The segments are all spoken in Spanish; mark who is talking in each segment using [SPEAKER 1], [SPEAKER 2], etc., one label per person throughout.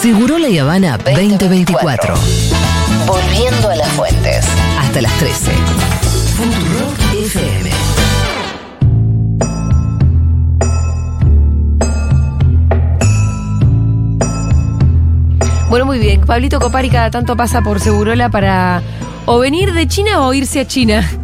[SPEAKER 1] Seguro La Habana 2024.
[SPEAKER 2] Volviendo a las fuentes.
[SPEAKER 1] Hasta las 13. Futurock FM.
[SPEAKER 3] Bueno, muy bien. Pablito Copari cada tanto pasa por Segurola para o venir de China o irse a China.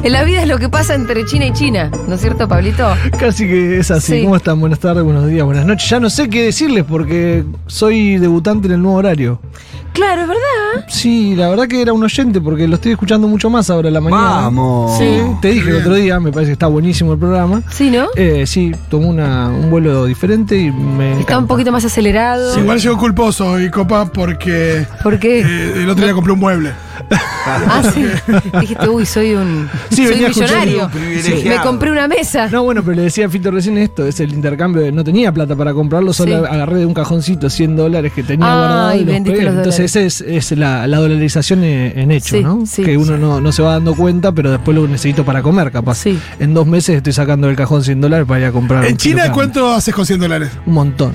[SPEAKER 3] En la vida es lo que pasa entre China y China, ¿no es cierto, Pablito?
[SPEAKER 4] Casi que es así.
[SPEAKER 3] Sí.
[SPEAKER 4] ¿Cómo están? Buenas tardes, buenos días, buenas noches. Ya no sé qué decirles porque soy debutante en el nuevo horario.
[SPEAKER 3] Claro, es verdad.
[SPEAKER 4] Sí, la verdad que era un oyente porque lo estoy escuchando mucho más ahora en la mañana.
[SPEAKER 5] Vamos.
[SPEAKER 4] Sí, te dije el otro día, me parece que está buenísimo el programa.
[SPEAKER 3] Sí, ¿no?
[SPEAKER 4] Eh, sí, tomé una- un vuelo diferente y me.
[SPEAKER 3] Está
[SPEAKER 4] encanta.
[SPEAKER 3] un poquito más acelerado.
[SPEAKER 6] Sí, igual llegó culposo y copa porque
[SPEAKER 3] ¿Por qué?
[SPEAKER 6] eh, el otro día compré un mueble.
[SPEAKER 3] Ah, sí. Dijiste, uy, soy un,
[SPEAKER 4] Sí,
[SPEAKER 3] soy
[SPEAKER 4] venía
[SPEAKER 3] un millonario.
[SPEAKER 4] escuchando
[SPEAKER 5] privilegiado.
[SPEAKER 3] Me compré una mesa.
[SPEAKER 4] No, bueno, pero le decía a Fito recién esto, es el intercambio, de- no tenía plata para comprarlo, solo
[SPEAKER 3] Sí.
[SPEAKER 4] agarré de un cajoncito 100 dólares que tenía
[SPEAKER 3] Ah,
[SPEAKER 4] guardado
[SPEAKER 3] y
[SPEAKER 4] y los
[SPEAKER 3] vendiste
[SPEAKER 4] pegué.
[SPEAKER 3] los
[SPEAKER 4] Entonces esa es, es la, la dolarización en, en hecho,
[SPEAKER 3] Sí,
[SPEAKER 4] ¿no?
[SPEAKER 3] sí,
[SPEAKER 4] que uno
[SPEAKER 3] sí.
[SPEAKER 4] no, no se va dando cuenta, pero después lo necesito para comer, capaz.
[SPEAKER 3] Sí.
[SPEAKER 4] En dos meses estoy sacando del cajón 100 dólares para ir a comprar.
[SPEAKER 6] ¿En
[SPEAKER 4] un
[SPEAKER 6] China
[SPEAKER 4] kilogramo.
[SPEAKER 6] cuánto Oh. haces con 100 dólares?
[SPEAKER 4] Un montón.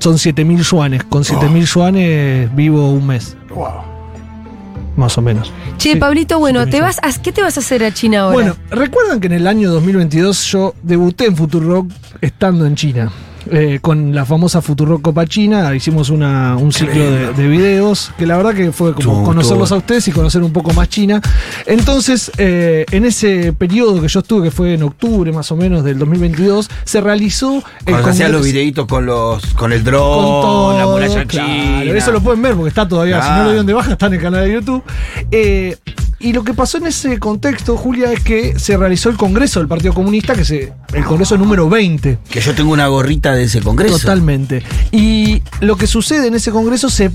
[SPEAKER 4] Son 7.000 yuanes. Con 7.000 yuanes vivo un mes,
[SPEAKER 6] Wow.
[SPEAKER 4] más o menos.
[SPEAKER 3] Che,
[SPEAKER 4] Sí,
[SPEAKER 3] Pablito, bueno,
[SPEAKER 4] siete
[SPEAKER 3] ¿te
[SPEAKER 4] mil
[SPEAKER 3] vas a, ¿qué te vas a hacer a China ahora?
[SPEAKER 4] Bueno, recuerdan que en el año 2022 yo debuté en Futurock estando en China. Eh, con la famosa Futurock Copa China hicimos una- un ciclo de, de videos que la verdad que fue como
[SPEAKER 5] Chau,
[SPEAKER 4] conocerlos
[SPEAKER 5] chau.
[SPEAKER 4] a ustedes y conocer un poco más China. Entonces, eh, en ese periodo que yo estuve, que fue en octubre más o menos del 2022, se realizó el
[SPEAKER 5] Cuando hacían los
[SPEAKER 4] congreso-
[SPEAKER 5] videitos con los con el
[SPEAKER 4] con
[SPEAKER 5] dron,
[SPEAKER 4] todo,
[SPEAKER 5] Oh, la muralla
[SPEAKER 4] claro.
[SPEAKER 5] china.
[SPEAKER 4] Eso lo pueden ver porque está todavía, si no
[SPEAKER 5] Claro.
[SPEAKER 4] lo vieron de baja, está en el canal de YouTube. Eh, y lo que pasó en ese contexto, Julia, es que se realizó el Congreso del Partido Comunista, que es el Congreso número 20.
[SPEAKER 5] Que yo tengo una gorrita de ese congreso.
[SPEAKER 4] Totalmente. Y lo que sucede en ese Congreso se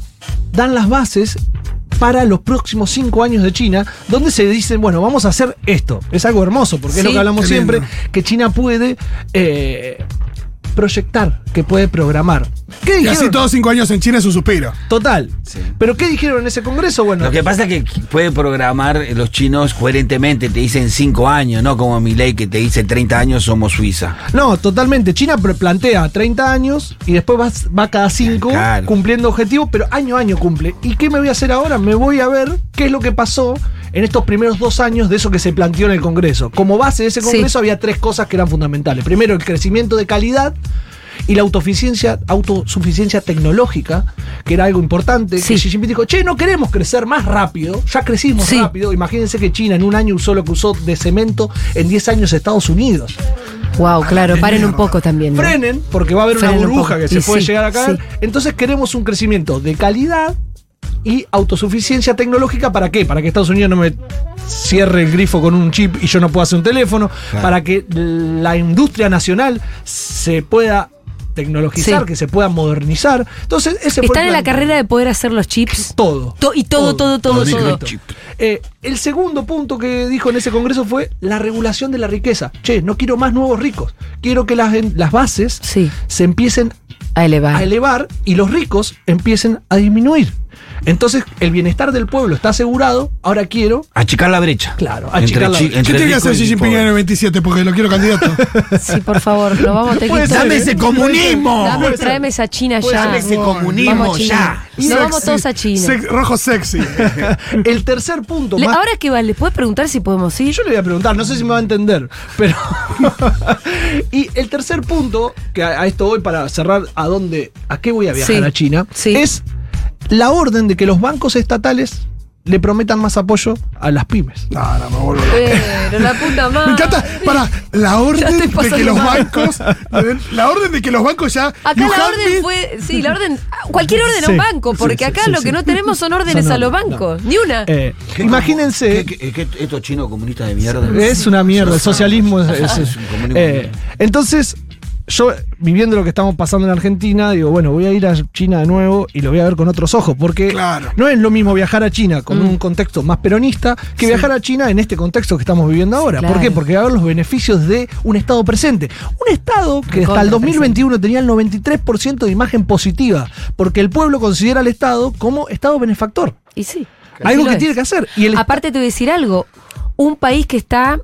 [SPEAKER 4] dan las bases para los próximos cinco años de China, donde se dicen, bueno, vamos a hacer esto. Es algo hermoso, porque es lo
[SPEAKER 3] Sí,
[SPEAKER 4] que hablamos
[SPEAKER 6] tremendo.
[SPEAKER 4] siempre, que China puede eh, proyectar, que puede programar. ¿Qué
[SPEAKER 6] Y
[SPEAKER 4] dijeron?
[SPEAKER 6] así todos 5 años en China es un suspiro.
[SPEAKER 4] Total.
[SPEAKER 5] Sí.
[SPEAKER 4] ¿Pero qué dijeron en ese congreso? Bueno,
[SPEAKER 5] Lo que pasa es que puede programar eh, los chinos coherentemente, te dicen 5 años, no como mi ley que te dice 30 años somos Suiza.
[SPEAKER 4] no, totalmente. China pre- plantea 30 años y después vas- va, cada 5
[SPEAKER 5] Claro.
[SPEAKER 4] cumpliendo objetivos, pero año a año cumple. ¿Y qué me voy a hacer ahora? Me voy a ver qué es lo que pasó en estos primeros dos años de eso que se planteó en el congreso. Como base de ese
[SPEAKER 3] Sí.
[SPEAKER 4] congreso había tres cosas que eran fundamentales. Primero, el crecimiento de calidad. Y la autosuficiencia, autosuficiencia tecnológica, que era algo importante,
[SPEAKER 3] Sí.
[SPEAKER 4] que Xi Jinping dijo, che, no queremos crecer más rápido, ya crecimos
[SPEAKER 3] Sí.
[SPEAKER 4] rápido, imagínense que China en un año usó lo que usó de cemento en 10 años Estados Unidos.
[SPEAKER 3] wow, claro, paren un poco también. ¿no?
[SPEAKER 4] Frenen, porque va a haber
[SPEAKER 3] Frenen
[SPEAKER 4] una
[SPEAKER 3] un
[SPEAKER 4] burbuja
[SPEAKER 3] poco.
[SPEAKER 4] que se
[SPEAKER 3] Y
[SPEAKER 4] puede
[SPEAKER 3] sí,
[SPEAKER 4] llegar a caer.
[SPEAKER 3] sí.
[SPEAKER 4] Entonces queremos un crecimiento de calidad y autosuficiencia tecnológica. ¿Para qué? Para que Estados Unidos no me cierre el grifo con un chip y yo no pueda hacer un teléfono. Para que la industria nacional se pueda tecnologizar,
[SPEAKER 3] Sí.
[SPEAKER 4] que se pueda modernizar. Entonces, ese fue
[SPEAKER 3] Están
[SPEAKER 4] el
[SPEAKER 3] en la
[SPEAKER 4] plan.
[SPEAKER 3] carrera de poder hacer los chips.
[SPEAKER 4] Todo.
[SPEAKER 3] To- y todo, todo, todo,
[SPEAKER 5] Los
[SPEAKER 3] todo.
[SPEAKER 5] microchips.
[SPEAKER 4] Eh, el segundo punto que dijo en ese congreso fue la regulación de la riqueza. Che, no quiero más nuevos ricos. Quiero que las, las bases
[SPEAKER 3] Sí.
[SPEAKER 4] se empiecen
[SPEAKER 3] A elevar.
[SPEAKER 4] a elevar y los ricos empiecen a disminuir. Entonces, el bienestar del pueblo está asegurado. Ahora quiero.
[SPEAKER 5] Achicar la brecha.
[SPEAKER 4] Claro,
[SPEAKER 5] entre
[SPEAKER 4] achicar la
[SPEAKER 5] chi-
[SPEAKER 4] brecha.
[SPEAKER 6] ¿Qué
[SPEAKER 5] entre
[SPEAKER 6] tiene que
[SPEAKER 5] rico
[SPEAKER 6] hacer
[SPEAKER 5] y
[SPEAKER 6] Xi Jinping en
[SPEAKER 5] pobre.
[SPEAKER 6] el 27? Porque lo quiero candidato.
[SPEAKER 3] Sí, por favor, lo vamos a tener
[SPEAKER 4] Puede
[SPEAKER 3] que
[SPEAKER 4] ser,
[SPEAKER 5] ¡Dame
[SPEAKER 4] ¿eh?
[SPEAKER 5] ese comunismo!
[SPEAKER 3] Dame, tráeme esa China
[SPEAKER 4] Puede
[SPEAKER 3] ya.
[SPEAKER 4] ser
[SPEAKER 5] ese comunismo
[SPEAKER 3] Vamos a China.
[SPEAKER 6] Sexy.
[SPEAKER 3] Nos vamos todos a China.
[SPEAKER 6] Sex- rojo sexy.
[SPEAKER 4] El tercer punto.
[SPEAKER 3] Le-
[SPEAKER 4] más-
[SPEAKER 3] ahora que va, ¿le puedes preguntar si podemos
[SPEAKER 4] Y
[SPEAKER 3] ir?
[SPEAKER 4] yo le voy a preguntar, no sé si me va a entender, pero. y el tercer punto, que a, a esto voy para cerrar a dónde, a qué voy a viajar
[SPEAKER 3] Sí,
[SPEAKER 4] a China,
[SPEAKER 3] sí.
[SPEAKER 4] es la orden de que los bancos estatales le prometan más apoyo a las pymes.
[SPEAKER 6] No, no, me vuelvo loco.
[SPEAKER 3] Pero Eh, la puta madre.
[SPEAKER 6] Me encanta, para, la orden
[SPEAKER 3] estoy
[SPEAKER 6] de que
[SPEAKER 3] pasando
[SPEAKER 6] los
[SPEAKER 3] mal.
[SPEAKER 6] bancos. le den- La orden de que los bancos ya.
[SPEAKER 3] Acá la
[SPEAKER 6] Luján
[SPEAKER 3] orden
[SPEAKER 6] Bid-
[SPEAKER 3] fue. Sí, la orden. Cualquier orden a
[SPEAKER 4] Sí,
[SPEAKER 3] un banco, porque
[SPEAKER 4] sí,
[SPEAKER 3] acá
[SPEAKER 4] sí,
[SPEAKER 3] lo
[SPEAKER 4] sí.
[SPEAKER 3] que no tenemos son órdenes
[SPEAKER 4] Son
[SPEAKER 3] a los
[SPEAKER 4] órdenes,
[SPEAKER 3] bancos. Ni una.
[SPEAKER 4] Eh,
[SPEAKER 5] ¿Qué-
[SPEAKER 4] imagínense.
[SPEAKER 5] qué- qué- qué- estos chinos comunistas de mierda.
[SPEAKER 4] Es una mierda, el socialismo es... es-
[SPEAKER 5] Es un comunismo.
[SPEAKER 4] eh, entonces, yo viviendo lo que estamos pasando en Argentina, digo, bueno, voy a ir a China de nuevo y lo voy a ver con otros ojos, porque
[SPEAKER 6] Claro.
[SPEAKER 4] no es lo mismo viajar a China con un contexto más peronista que viajar a China en este contexto que estamos viviendo ahora.
[SPEAKER 3] claro.
[SPEAKER 4] ¿Por qué? Porque va a ver los beneficios de un Estado presente. Un Estado que hasta el
[SPEAKER 3] Recontra
[SPEAKER 4] 2021 tenía el 93% de imagen positiva, porque el pueblo considera al Estado como Estado benefactor.
[SPEAKER 3] Y sí.
[SPEAKER 4] Algo
[SPEAKER 3] Sí lo
[SPEAKER 4] que
[SPEAKER 3] es.
[SPEAKER 4] tiene que hacer. Y el
[SPEAKER 3] Aparte, te voy a decir algo. Un país que está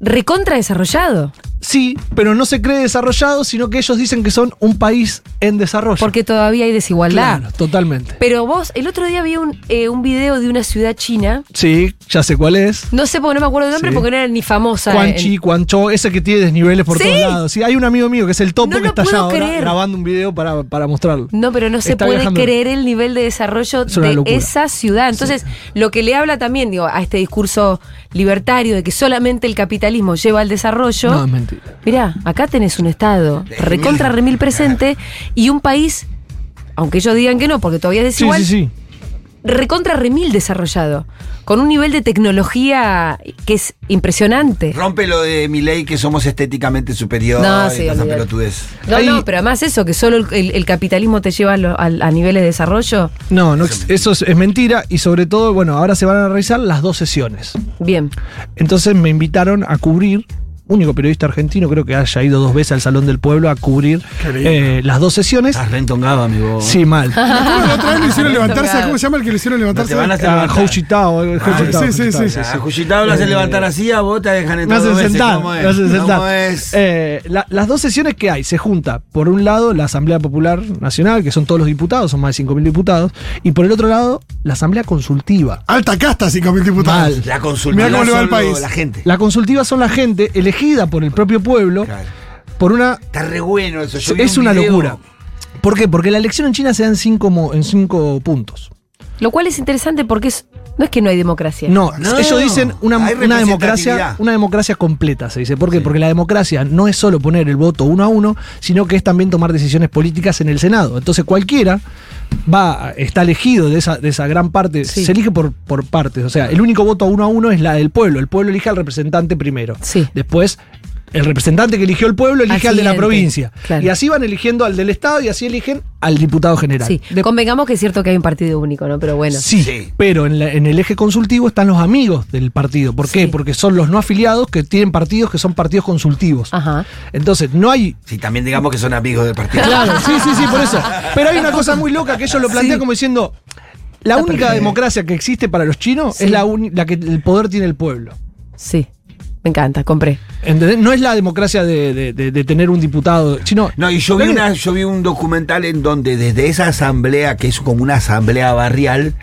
[SPEAKER 3] recontra desarrollado.
[SPEAKER 4] sí, pero no se cree desarrollado, sino que ellos dicen que son un país en desarrollo.
[SPEAKER 3] Porque todavía hay desigualdad.
[SPEAKER 4] Claro, totalmente.
[SPEAKER 3] Pero vos, el otro día vi un, eh, un video de una ciudad china.
[SPEAKER 4] Sí, ya sé cuál es.
[SPEAKER 3] No sé, porque no me acuerdo el nombre,
[SPEAKER 4] Sí.
[SPEAKER 3] porque no era ni famosa.
[SPEAKER 4] Quan
[SPEAKER 3] en-
[SPEAKER 4] Chi, Quan Cho, ese que tiene desniveles por
[SPEAKER 3] Sí.
[SPEAKER 4] todos lados. Sí, hay un amigo mío que es el topo
[SPEAKER 3] No
[SPEAKER 4] que
[SPEAKER 3] lo
[SPEAKER 4] está allá
[SPEAKER 3] puedo
[SPEAKER 4] ahora
[SPEAKER 3] creer.
[SPEAKER 4] grabando un video para, para mostrarlo.
[SPEAKER 3] No, pero no se
[SPEAKER 4] Está
[SPEAKER 3] puede
[SPEAKER 4] viajando.
[SPEAKER 3] creer el nivel de desarrollo
[SPEAKER 4] Es una
[SPEAKER 3] de
[SPEAKER 4] locura.
[SPEAKER 3] esa ciudad. Entonces, lo que le habla también, digo, a este discurso libertario de que solamente el capitalismo lleva al desarrollo.
[SPEAKER 4] No, es mentira.
[SPEAKER 3] Mirá, acá tenés un Estado recontra remil presente y un país, aunque ellos digan que no, porque todavía es
[SPEAKER 4] Sí,
[SPEAKER 3] desigual,
[SPEAKER 4] sí, sí.
[SPEAKER 3] recontra remil desarrollado, con un nivel de tecnología que es impresionante.
[SPEAKER 5] Rompe lo de mi ley que somos estéticamente superiores.
[SPEAKER 3] No,
[SPEAKER 5] No,
[SPEAKER 3] sí, olvidate.
[SPEAKER 5] pelotudez.
[SPEAKER 3] No,
[SPEAKER 4] Ahí-
[SPEAKER 3] no, pero además eso, que solo el, el- el capitalismo te lleva a, lo- al- a niveles de desarrollo,
[SPEAKER 4] No, no, ex- eso es, es mentira y sobre todo, bueno, ahora se van a realizar las dos sesiones.
[SPEAKER 3] bien.
[SPEAKER 4] Entonces me invitaron a cubrir, único periodista argentino creo que haya ido dos veces al Salón del Pueblo a cubrir
[SPEAKER 6] Qué lindo.
[SPEAKER 4] eh, las dos sesiones.
[SPEAKER 5] Estás rentongado, amigo.
[SPEAKER 4] Sí, mal.
[SPEAKER 6] ¿Cómo la otra vez lo hicieron levantarse?
[SPEAKER 3] Tocado.
[SPEAKER 6] ¿Cómo se llama el que lo hicieron levantarse?
[SPEAKER 5] No te van a hacer-
[SPEAKER 4] A Houchitao, eh,
[SPEAKER 5] Ah,
[SPEAKER 4] Houchitao,
[SPEAKER 6] sí, sí,
[SPEAKER 4] Houchitao,
[SPEAKER 6] sí, sí.
[SPEAKER 5] A Juchitao lo hacen levantar así, a vos te dejan
[SPEAKER 4] Eh, Me
[SPEAKER 5] entrar
[SPEAKER 4] hacen
[SPEAKER 5] dos veces.
[SPEAKER 4] sentar,
[SPEAKER 5] ¿Cómo es?
[SPEAKER 4] me hacen sentar.
[SPEAKER 5] ¿Cómo es?
[SPEAKER 4] Eh, la- las dos sesiones que hay, se junta, por un lado, la Asamblea Popular Nacional, que son todos los diputados, son más de 5.000 diputados, y por el otro lado, la Asamblea Consultiva.
[SPEAKER 6] Alta casta, 5.000 diputados.
[SPEAKER 4] Mal.
[SPEAKER 5] La consulta.
[SPEAKER 6] Mirá cómo le va al
[SPEAKER 5] solo
[SPEAKER 6] país.
[SPEAKER 5] La gente.
[SPEAKER 4] La consultiva son la gente elegida por el propio pueblo,
[SPEAKER 5] Claro.
[SPEAKER 4] por una
[SPEAKER 5] Está re bueno eso. Yo vi
[SPEAKER 4] es
[SPEAKER 5] un
[SPEAKER 4] una
[SPEAKER 5] video.
[SPEAKER 4] locura. ¿Por qué? Porque la elección en China se da en cinco, mo- en cinco puntos.
[SPEAKER 3] Lo cual es interesante porque es- no es que no hay democracia.
[SPEAKER 4] No,
[SPEAKER 5] No,
[SPEAKER 4] ellos dicen una,
[SPEAKER 5] hay
[SPEAKER 4] una democracia,
[SPEAKER 5] representatividad.
[SPEAKER 4] una democracia completa, se dice. ¿Por qué? Porque la democracia no es solo poner el voto uno a uno, sino que es también tomar decisiones políticas en el Senado. Entonces cualquiera va, está elegido de esa, de esa gran parte,
[SPEAKER 3] Sí.
[SPEAKER 4] se elige por, por partes. O sea, el único voto uno a uno es la del pueblo. El pueblo elige al representante primero.
[SPEAKER 3] Sí.
[SPEAKER 4] Después. El representante que eligió el pueblo elige
[SPEAKER 3] Al
[SPEAKER 4] al, de la
[SPEAKER 3] siguiente,
[SPEAKER 4] provincia.
[SPEAKER 3] claro.
[SPEAKER 4] Y así van eligiendo al del Estado y así eligen al diputado general.
[SPEAKER 3] Sí,
[SPEAKER 4] Después-
[SPEAKER 3] convengamos que es cierto que hay un partido único, ¿no? Pero bueno.
[SPEAKER 4] Sí,
[SPEAKER 5] Sí.
[SPEAKER 4] pero en, la- en el eje consultivo están los amigos del partido. ¿Por qué?
[SPEAKER 3] Sí.
[SPEAKER 4] Porque son los no afiliados que tienen partidos que son partidos consultivos.
[SPEAKER 3] Ajá.
[SPEAKER 4] Entonces, no hay...
[SPEAKER 5] Sí, también digamos que son amigos del partido.
[SPEAKER 4] Claro, sí, sí, sí, por eso. Pero hay una cosa muy loca que ellos lo plantean como diciendo, la única democracia que existe para los chinos
[SPEAKER 3] Sí.
[SPEAKER 4] es la, uni- la que el poder tiene el pueblo.
[SPEAKER 3] Sí. Me encanta, compré.
[SPEAKER 4] ¿Entendés? No es la democracia de, de- de- de tener un diputado chino.
[SPEAKER 5] No, y yo vi, una, yo vi un documental en donde desde esa asamblea, que es como una asamblea barrial,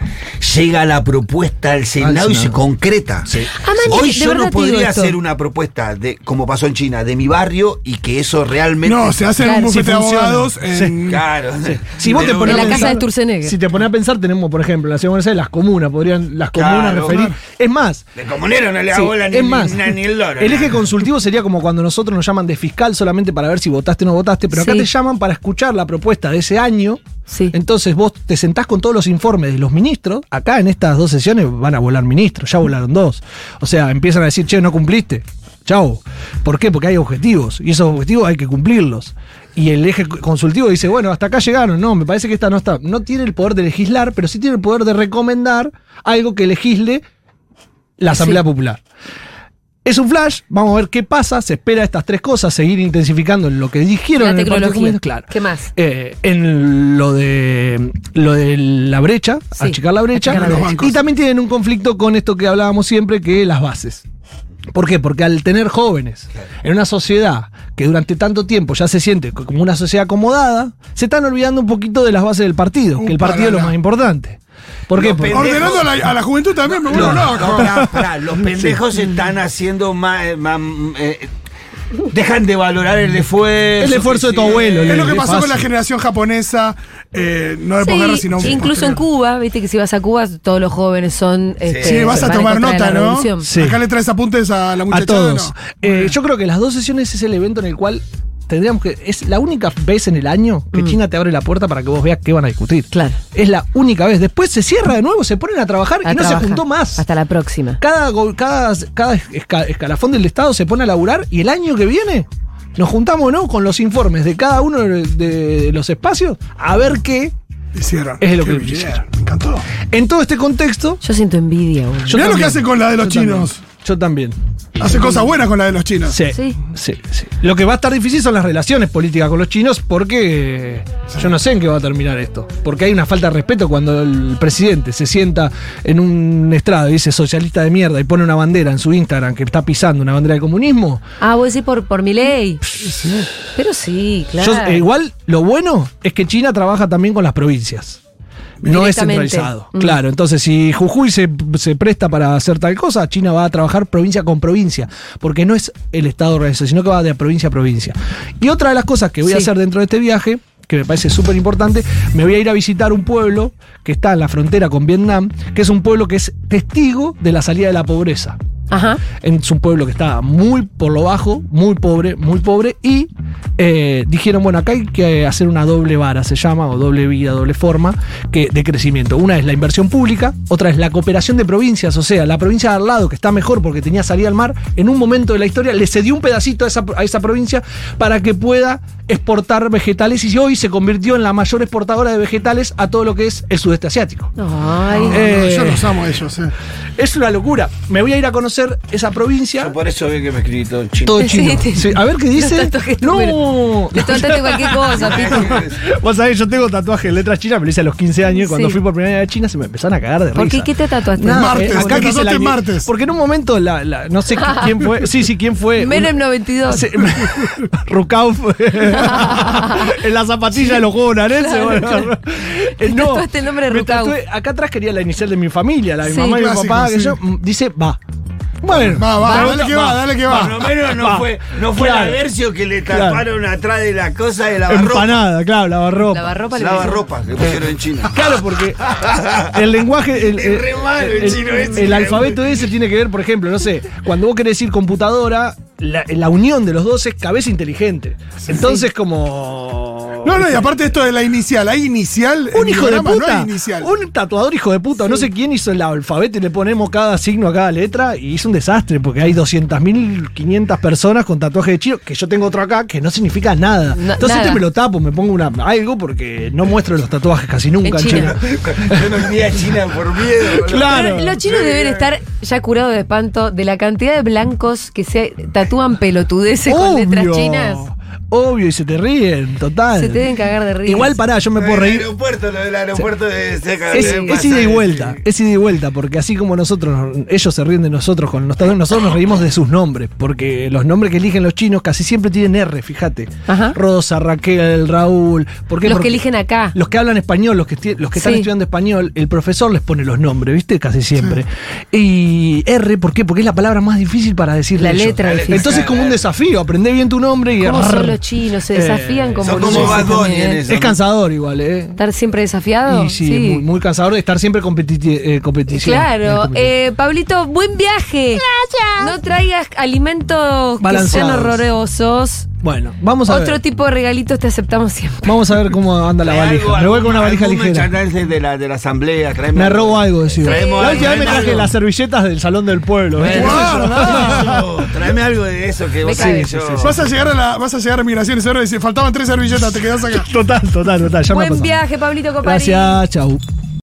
[SPEAKER 5] llega la propuesta al Senado y
[SPEAKER 4] Senado.
[SPEAKER 5] se concreta.
[SPEAKER 3] Ah, man,
[SPEAKER 5] Hoy
[SPEAKER 3] de
[SPEAKER 5] yo
[SPEAKER 3] verdad
[SPEAKER 5] no
[SPEAKER 3] te digo
[SPEAKER 5] podría
[SPEAKER 3] esto.
[SPEAKER 5] hacer una propuesta, de como pasó en China, de mi barrio y que eso realmente...
[SPEAKER 6] No, se hace en
[SPEAKER 3] Claro,
[SPEAKER 6] un bufete
[SPEAKER 4] sí
[SPEAKER 6] de
[SPEAKER 4] funciona.
[SPEAKER 6] abogados. en-
[SPEAKER 5] Claro.
[SPEAKER 4] Si vos te
[SPEAKER 5] Pero
[SPEAKER 4] pones
[SPEAKER 3] En la
[SPEAKER 4] a
[SPEAKER 3] casa
[SPEAKER 4] pensar-
[SPEAKER 3] de Sturzenegger.
[SPEAKER 4] Si te pones a pensar, tenemos, por ejemplo, en la ciudad de Buenos Aires, las comunas, podrían las comunas
[SPEAKER 5] Claro.
[SPEAKER 4] referir. Es más,
[SPEAKER 5] De comunero no le da
[SPEAKER 4] Sí,
[SPEAKER 5] bola ni,
[SPEAKER 4] es más,
[SPEAKER 5] ni- ni el loro.
[SPEAKER 4] el eje
[SPEAKER 5] nada.
[SPEAKER 4] consultivo sería como cuando nosotros nos llaman de fiscal solamente para ver si votaste o no votaste, pero acá
[SPEAKER 3] Sí.
[SPEAKER 4] te llaman para escuchar la propuesta de ese año.
[SPEAKER 3] Sí.
[SPEAKER 4] Entonces vos te sentás con todos los informes de los ministros. Acá en estas dos sesiones van a volar ministros, ya volaron dos. O sea, empiezan a decir, che, no cumpliste. Chau. ¿Por qué? Porque hay objetivos y esos objetivos hay que cumplirlos. Y el eje consultivo dice, bueno, hasta acá llegaron. No, me parece que esta no está. No tiene el poder de legislar, pero sí tiene el poder de recomendar algo que legisle la Asamblea
[SPEAKER 3] Sí.
[SPEAKER 4] Popular. Es un flash, vamos a ver qué pasa, se espera estas tres cosas, seguir intensificando en lo que dijeron
[SPEAKER 3] La
[SPEAKER 4] en el Partido
[SPEAKER 3] tecnología.
[SPEAKER 4] Comunista, claro.
[SPEAKER 3] ¿Qué más?
[SPEAKER 4] Eh, en lo de lo de la brecha,
[SPEAKER 3] Sí,
[SPEAKER 4] achicar la brecha,
[SPEAKER 3] achicar la
[SPEAKER 6] Los brecha. bancos.
[SPEAKER 4] y también tienen un conflicto con esto que hablábamos siempre, que es las bases. ¿Por qué? Porque al tener jóvenes en una sociedad que durante tanto tiempo ya se siente co- como una sociedad acomodada, se están olvidando un poquito de las bases del partido,
[SPEAKER 6] Un
[SPEAKER 4] que el partido es lo
[SPEAKER 6] paralá.
[SPEAKER 4] más importante. ¿Por qué?
[SPEAKER 5] Los
[SPEAKER 4] Porque-
[SPEAKER 5] pendejos.
[SPEAKER 6] Ordenando a la, a la juventud también, me vuelvo
[SPEAKER 5] No,
[SPEAKER 6] loco.
[SPEAKER 5] no, pará, pará, los pendejos están haciendo más. eh, más, eh, dejan de valorar el esfuerzo.
[SPEAKER 4] El esfuerzo de tu
[SPEAKER 5] sí,
[SPEAKER 4] abuelo,
[SPEAKER 5] eh,
[SPEAKER 6] Es lo que
[SPEAKER 4] Es
[SPEAKER 6] pasó con la
[SPEAKER 4] fácil.
[SPEAKER 6] generación japonesa, eh, no de
[SPEAKER 3] Sí,
[SPEAKER 6] posguerra, sino
[SPEAKER 3] incluso en
[SPEAKER 6] posterior.
[SPEAKER 3] Cuba, viste que si vas a Cuba, todos los jóvenes son. este,
[SPEAKER 5] Sí,
[SPEAKER 6] Sí, vas a
[SPEAKER 3] van en
[SPEAKER 6] tomar
[SPEAKER 3] contra de la
[SPEAKER 6] nota, ¿no?
[SPEAKER 3] revolución.
[SPEAKER 4] Sí.
[SPEAKER 6] Acá le traes apuntes a la
[SPEAKER 4] a
[SPEAKER 6] muchachada.
[SPEAKER 4] todos.
[SPEAKER 6] ¿no?
[SPEAKER 4] Eh, yo creo que las dos sesiones es el evento en el cual tendríamos que. Es la única vez en el año
[SPEAKER 6] Mm.
[SPEAKER 4] que China te abre la puerta para que vos veas qué van a discutir.
[SPEAKER 3] Claro.
[SPEAKER 4] Es la única vez. Después se cierra de nuevo, se ponen a trabajar
[SPEAKER 3] A
[SPEAKER 4] y no
[SPEAKER 3] trabajar.
[SPEAKER 4] se juntó más.
[SPEAKER 3] Hasta la próxima.
[SPEAKER 4] Cada, go- cada, cada esca- escalafón del Estado se pone a laburar y el año que viene nos juntamos, ¿no? Con los informes de cada uno de- de los espacios a ver qué.
[SPEAKER 6] Hicieron.
[SPEAKER 4] Es lo que
[SPEAKER 6] Qué
[SPEAKER 4] hicieron.
[SPEAKER 6] bien, Me encantó.
[SPEAKER 4] En todo este contexto.
[SPEAKER 3] Yo siento envidia, boludo.
[SPEAKER 4] yo
[SPEAKER 6] Mirá lo
[SPEAKER 4] también-
[SPEAKER 6] que hacen con la de los
[SPEAKER 4] yo también.
[SPEAKER 6] chinos.
[SPEAKER 4] Yo también.
[SPEAKER 6] Hace cosas buenas con la de los chinos.
[SPEAKER 4] Sí,
[SPEAKER 3] Sí.
[SPEAKER 4] sí. sí, Lo que va a estar difícil son las relaciones políticas con los chinos porque eh, yo no sé en qué va a terminar esto. Porque hay una falta de respeto cuando el presidente se sienta en un estrado y dice socialista de mierda y pone una bandera en su Instagram que está pisando una bandera de comunismo.
[SPEAKER 3] Ah, vos decís por, por mi ley. Pero sí, claro.
[SPEAKER 4] Yo, eh, igual, lo bueno es que China trabaja también con las provincias. No es
[SPEAKER 3] Directamente.
[SPEAKER 4] centralizado.
[SPEAKER 3] Mm.
[SPEAKER 4] Claro, entonces si Jujuy se, se presta para hacer tal cosa, China va a trabajar provincia con provincia, porque no es el Estado organizado, sino que va de provincia a provincia. Y otra de las cosas que voy a
[SPEAKER 3] Sí.
[SPEAKER 4] hacer dentro de este viaje, que me parece súper importante, me voy a ir a visitar un pueblo que está en la frontera con Vietnam, que es un pueblo que es testigo de la salida de la pobreza.
[SPEAKER 3] Ajá.
[SPEAKER 4] Es un pueblo que estaba muy por lo bajo, muy pobre, muy pobre. Y eh, dijeron, bueno, acá hay que hacer una doble vara, se llama, o doble vida, doble forma, que, de crecimiento. Una es la inversión pública, otra es la cooperación de provincias. O sea, la provincia de al lado, que está mejor porque tenía salida al mar, en un momento de la historia le cedió un pedacito a esa, a esa provincia para que pueda exportar vegetales. Y hoy se convirtió en la mayor exportadora de vegetales a todo lo que es el sudeste asiático.
[SPEAKER 3] Ay.
[SPEAKER 4] Eh,
[SPEAKER 6] No, no, yo los amo a ellos, eh.
[SPEAKER 4] Es una locura. Me voy a ir a conocer esa provincia.
[SPEAKER 5] Por eso veo que me escribí todo chino.
[SPEAKER 4] Todo
[SPEAKER 3] Sí,
[SPEAKER 4] chino.
[SPEAKER 3] te-
[SPEAKER 4] Sí, A ver qué dice.
[SPEAKER 3] tanto que-
[SPEAKER 4] No.
[SPEAKER 3] Le contaste Este, cualquier cosa, Pico.
[SPEAKER 4] Vos sabés, yo tengo tatuajes de letras chinas, me lo hice a los 15 años. y Cuando
[SPEAKER 3] Sí.
[SPEAKER 4] fui por primera vez a China se me empezaron a cagar de risa.
[SPEAKER 3] ¿Por qué? ¿Qué te tatuaste?
[SPEAKER 4] Nada,
[SPEAKER 6] Martes,
[SPEAKER 4] eh,
[SPEAKER 6] te
[SPEAKER 4] acá quise
[SPEAKER 6] tatuaste
[SPEAKER 4] la-
[SPEAKER 6] martes.
[SPEAKER 4] Porque en un momento, la, la- no sé quién fue. Sí, sí, quién fue.
[SPEAKER 3] Menem
[SPEAKER 4] un-
[SPEAKER 3] 92.
[SPEAKER 4] Sí, Rucauf en la zapatilla de los juegos narenses. bueno. Eh, no,
[SPEAKER 3] tatuaste el nombre de
[SPEAKER 4] me
[SPEAKER 3] Rucauf.
[SPEAKER 4] tatué- Acá atrás quería la inicial de mi familia, la de mi
[SPEAKER 3] Sí.
[SPEAKER 4] mamá y mi
[SPEAKER 6] Clásico,
[SPEAKER 4] papá. que
[SPEAKER 6] sí.
[SPEAKER 4] yo- mm, dice, va. Bueno,
[SPEAKER 6] Va, va,
[SPEAKER 4] pregunta-
[SPEAKER 6] dale que va, dale que va.
[SPEAKER 5] Por lo menos no
[SPEAKER 4] Va.
[SPEAKER 5] fue, no fue
[SPEAKER 4] Claro.
[SPEAKER 5] la versión que le
[SPEAKER 4] Claro.
[SPEAKER 5] taparon atrás de la cosa de la barropa.
[SPEAKER 4] Empanada, claro, lavarropa.
[SPEAKER 3] Lavarropa le
[SPEAKER 5] Lavarropa que pusieron en China.
[SPEAKER 4] Claro, porque el lenguaje. El,
[SPEAKER 5] Es re malo el chino ese.
[SPEAKER 4] el alfabeto ese tiene que ver, por ejemplo, no sé, cuando vos querés decir computadora, la, la unión de los dos es cabeza inteligente. Entonces, como.
[SPEAKER 6] No, no, y aparte esto de la inicial. Hay inicial. en
[SPEAKER 4] Un hijo de
[SPEAKER 6] biograma, no
[SPEAKER 4] puta.
[SPEAKER 6] hay inicial.
[SPEAKER 4] un tatuador hijo de puta. No sé quién hizo el alfabeto y le ponemos cada signo a cada letra y es un desastre porque hay 200.500 personas con tatuaje de chino, que yo tengo otro acá que no significa nada.
[SPEAKER 3] No,
[SPEAKER 4] Entonces
[SPEAKER 3] nada.
[SPEAKER 4] este me lo tapo, me pongo una, algo porque no muestro los tatuajes casi nunca en
[SPEAKER 3] China.
[SPEAKER 4] China.
[SPEAKER 5] Yo no fui a China por miedo. boludo.
[SPEAKER 4] Claro.
[SPEAKER 3] Los chinos deben estar ya curados de espanto de la cantidad de blancos que se tatúan pelotudeces con letras chinas.
[SPEAKER 4] Obvio, y se te ríen, total.
[SPEAKER 3] Se te deben cagar de risa.
[SPEAKER 4] Igual pará, yo me
[SPEAKER 5] Lo
[SPEAKER 4] puedo
[SPEAKER 6] Eh,
[SPEAKER 5] del
[SPEAKER 4] reír.
[SPEAKER 5] aeropuerto, lo del aeropuerto de cerca
[SPEAKER 4] Es,
[SPEAKER 5] de-
[SPEAKER 4] es
[SPEAKER 5] pasa
[SPEAKER 4] ida y
[SPEAKER 5] de-
[SPEAKER 4] vuelta, es ida y vuelta, porque así como nosotros, ellos se ríen de nosotros con los tatuajes, nosotros nos reímos de sus nombres, porque los nombres que eligen los chinos casi siempre tienen R, fíjate.
[SPEAKER 3] Ajá.
[SPEAKER 4] Rosa, Raquel, Raúl. ¿por qué?
[SPEAKER 3] Los
[SPEAKER 4] Porque
[SPEAKER 3] que eligen acá.
[SPEAKER 4] Los que hablan español, los que, esti- los que están
[SPEAKER 3] Sí.
[SPEAKER 4] estudiando español, el profesor les pone los nombres, ¿viste? Casi siempre. Y R, ¿por qué? Porque es la palabra más difícil para decir
[SPEAKER 3] La letra difícil.
[SPEAKER 4] Entonces es como un desafío, aprende bien tu nombre y...
[SPEAKER 3] ¿Cómo son
[SPEAKER 4] arr.
[SPEAKER 3] los chinos? Se
[SPEAKER 4] Eh,
[SPEAKER 3] desafían con
[SPEAKER 5] son como
[SPEAKER 3] boludeces
[SPEAKER 5] Bad Bunny
[SPEAKER 3] también,
[SPEAKER 5] en
[SPEAKER 3] ¿eh?
[SPEAKER 5] eso.
[SPEAKER 4] Es cansador igual, ¿eh?
[SPEAKER 3] ¿Estar siempre desafiado?
[SPEAKER 4] Y sí, es Muy, muy cansador de estar siempre competiti- eh, competición. Eh,
[SPEAKER 3] Claro,
[SPEAKER 4] competición.
[SPEAKER 3] eh, Pablito, buen viaje. Gracias. No traigas alimentos que sean
[SPEAKER 4] Balanceados.
[SPEAKER 3] horrorosos.
[SPEAKER 4] bueno, vamos a
[SPEAKER 3] Otro
[SPEAKER 4] ver.
[SPEAKER 3] tipo de regalitos te aceptamos siempre.
[SPEAKER 4] Vamos a ver cómo anda la
[SPEAKER 5] Trae
[SPEAKER 4] valija.
[SPEAKER 5] algo,
[SPEAKER 4] Me voy con una
[SPEAKER 5] algún-
[SPEAKER 4] valija
[SPEAKER 5] algún
[SPEAKER 4] ligera.
[SPEAKER 5] merchandise de la, de la asamblea. tráeme
[SPEAKER 4] Me robo algo, decía.
[SPEAKER 5] Traemos
[SPEAKER 4] La
[SPEAKER 5] algo,
[SPEAKER 4] última vez me
[SPEAKER 5] traemos
[SPEAKER 4] traje
[SPEAKER 5] algo.
[SPEAKER 4] las servilletas del Salón del Pueblo. ¿eh?
[SPEAKER 5] Guarda. Traeme algo de eso que
[SPEAKER 3] Me
[SPEAKER 5] vos
[SPEAKER 3] cabe.
[SPEAKER 5] sabés yo.
[SPEAKER 6] Vas a llegar a la, vas a llegar a migraciones ahora y si faltaban tres servilletas, te quedás acá.
[SPEAKER 4] Total, total, total. Ya me ha
[SPEAKER 3] Buen
[SPEAKER 4] pasado.
[SPEAKER 3] viaje, Pablito Copari.
[SPEAKER 4] Gracias, chau.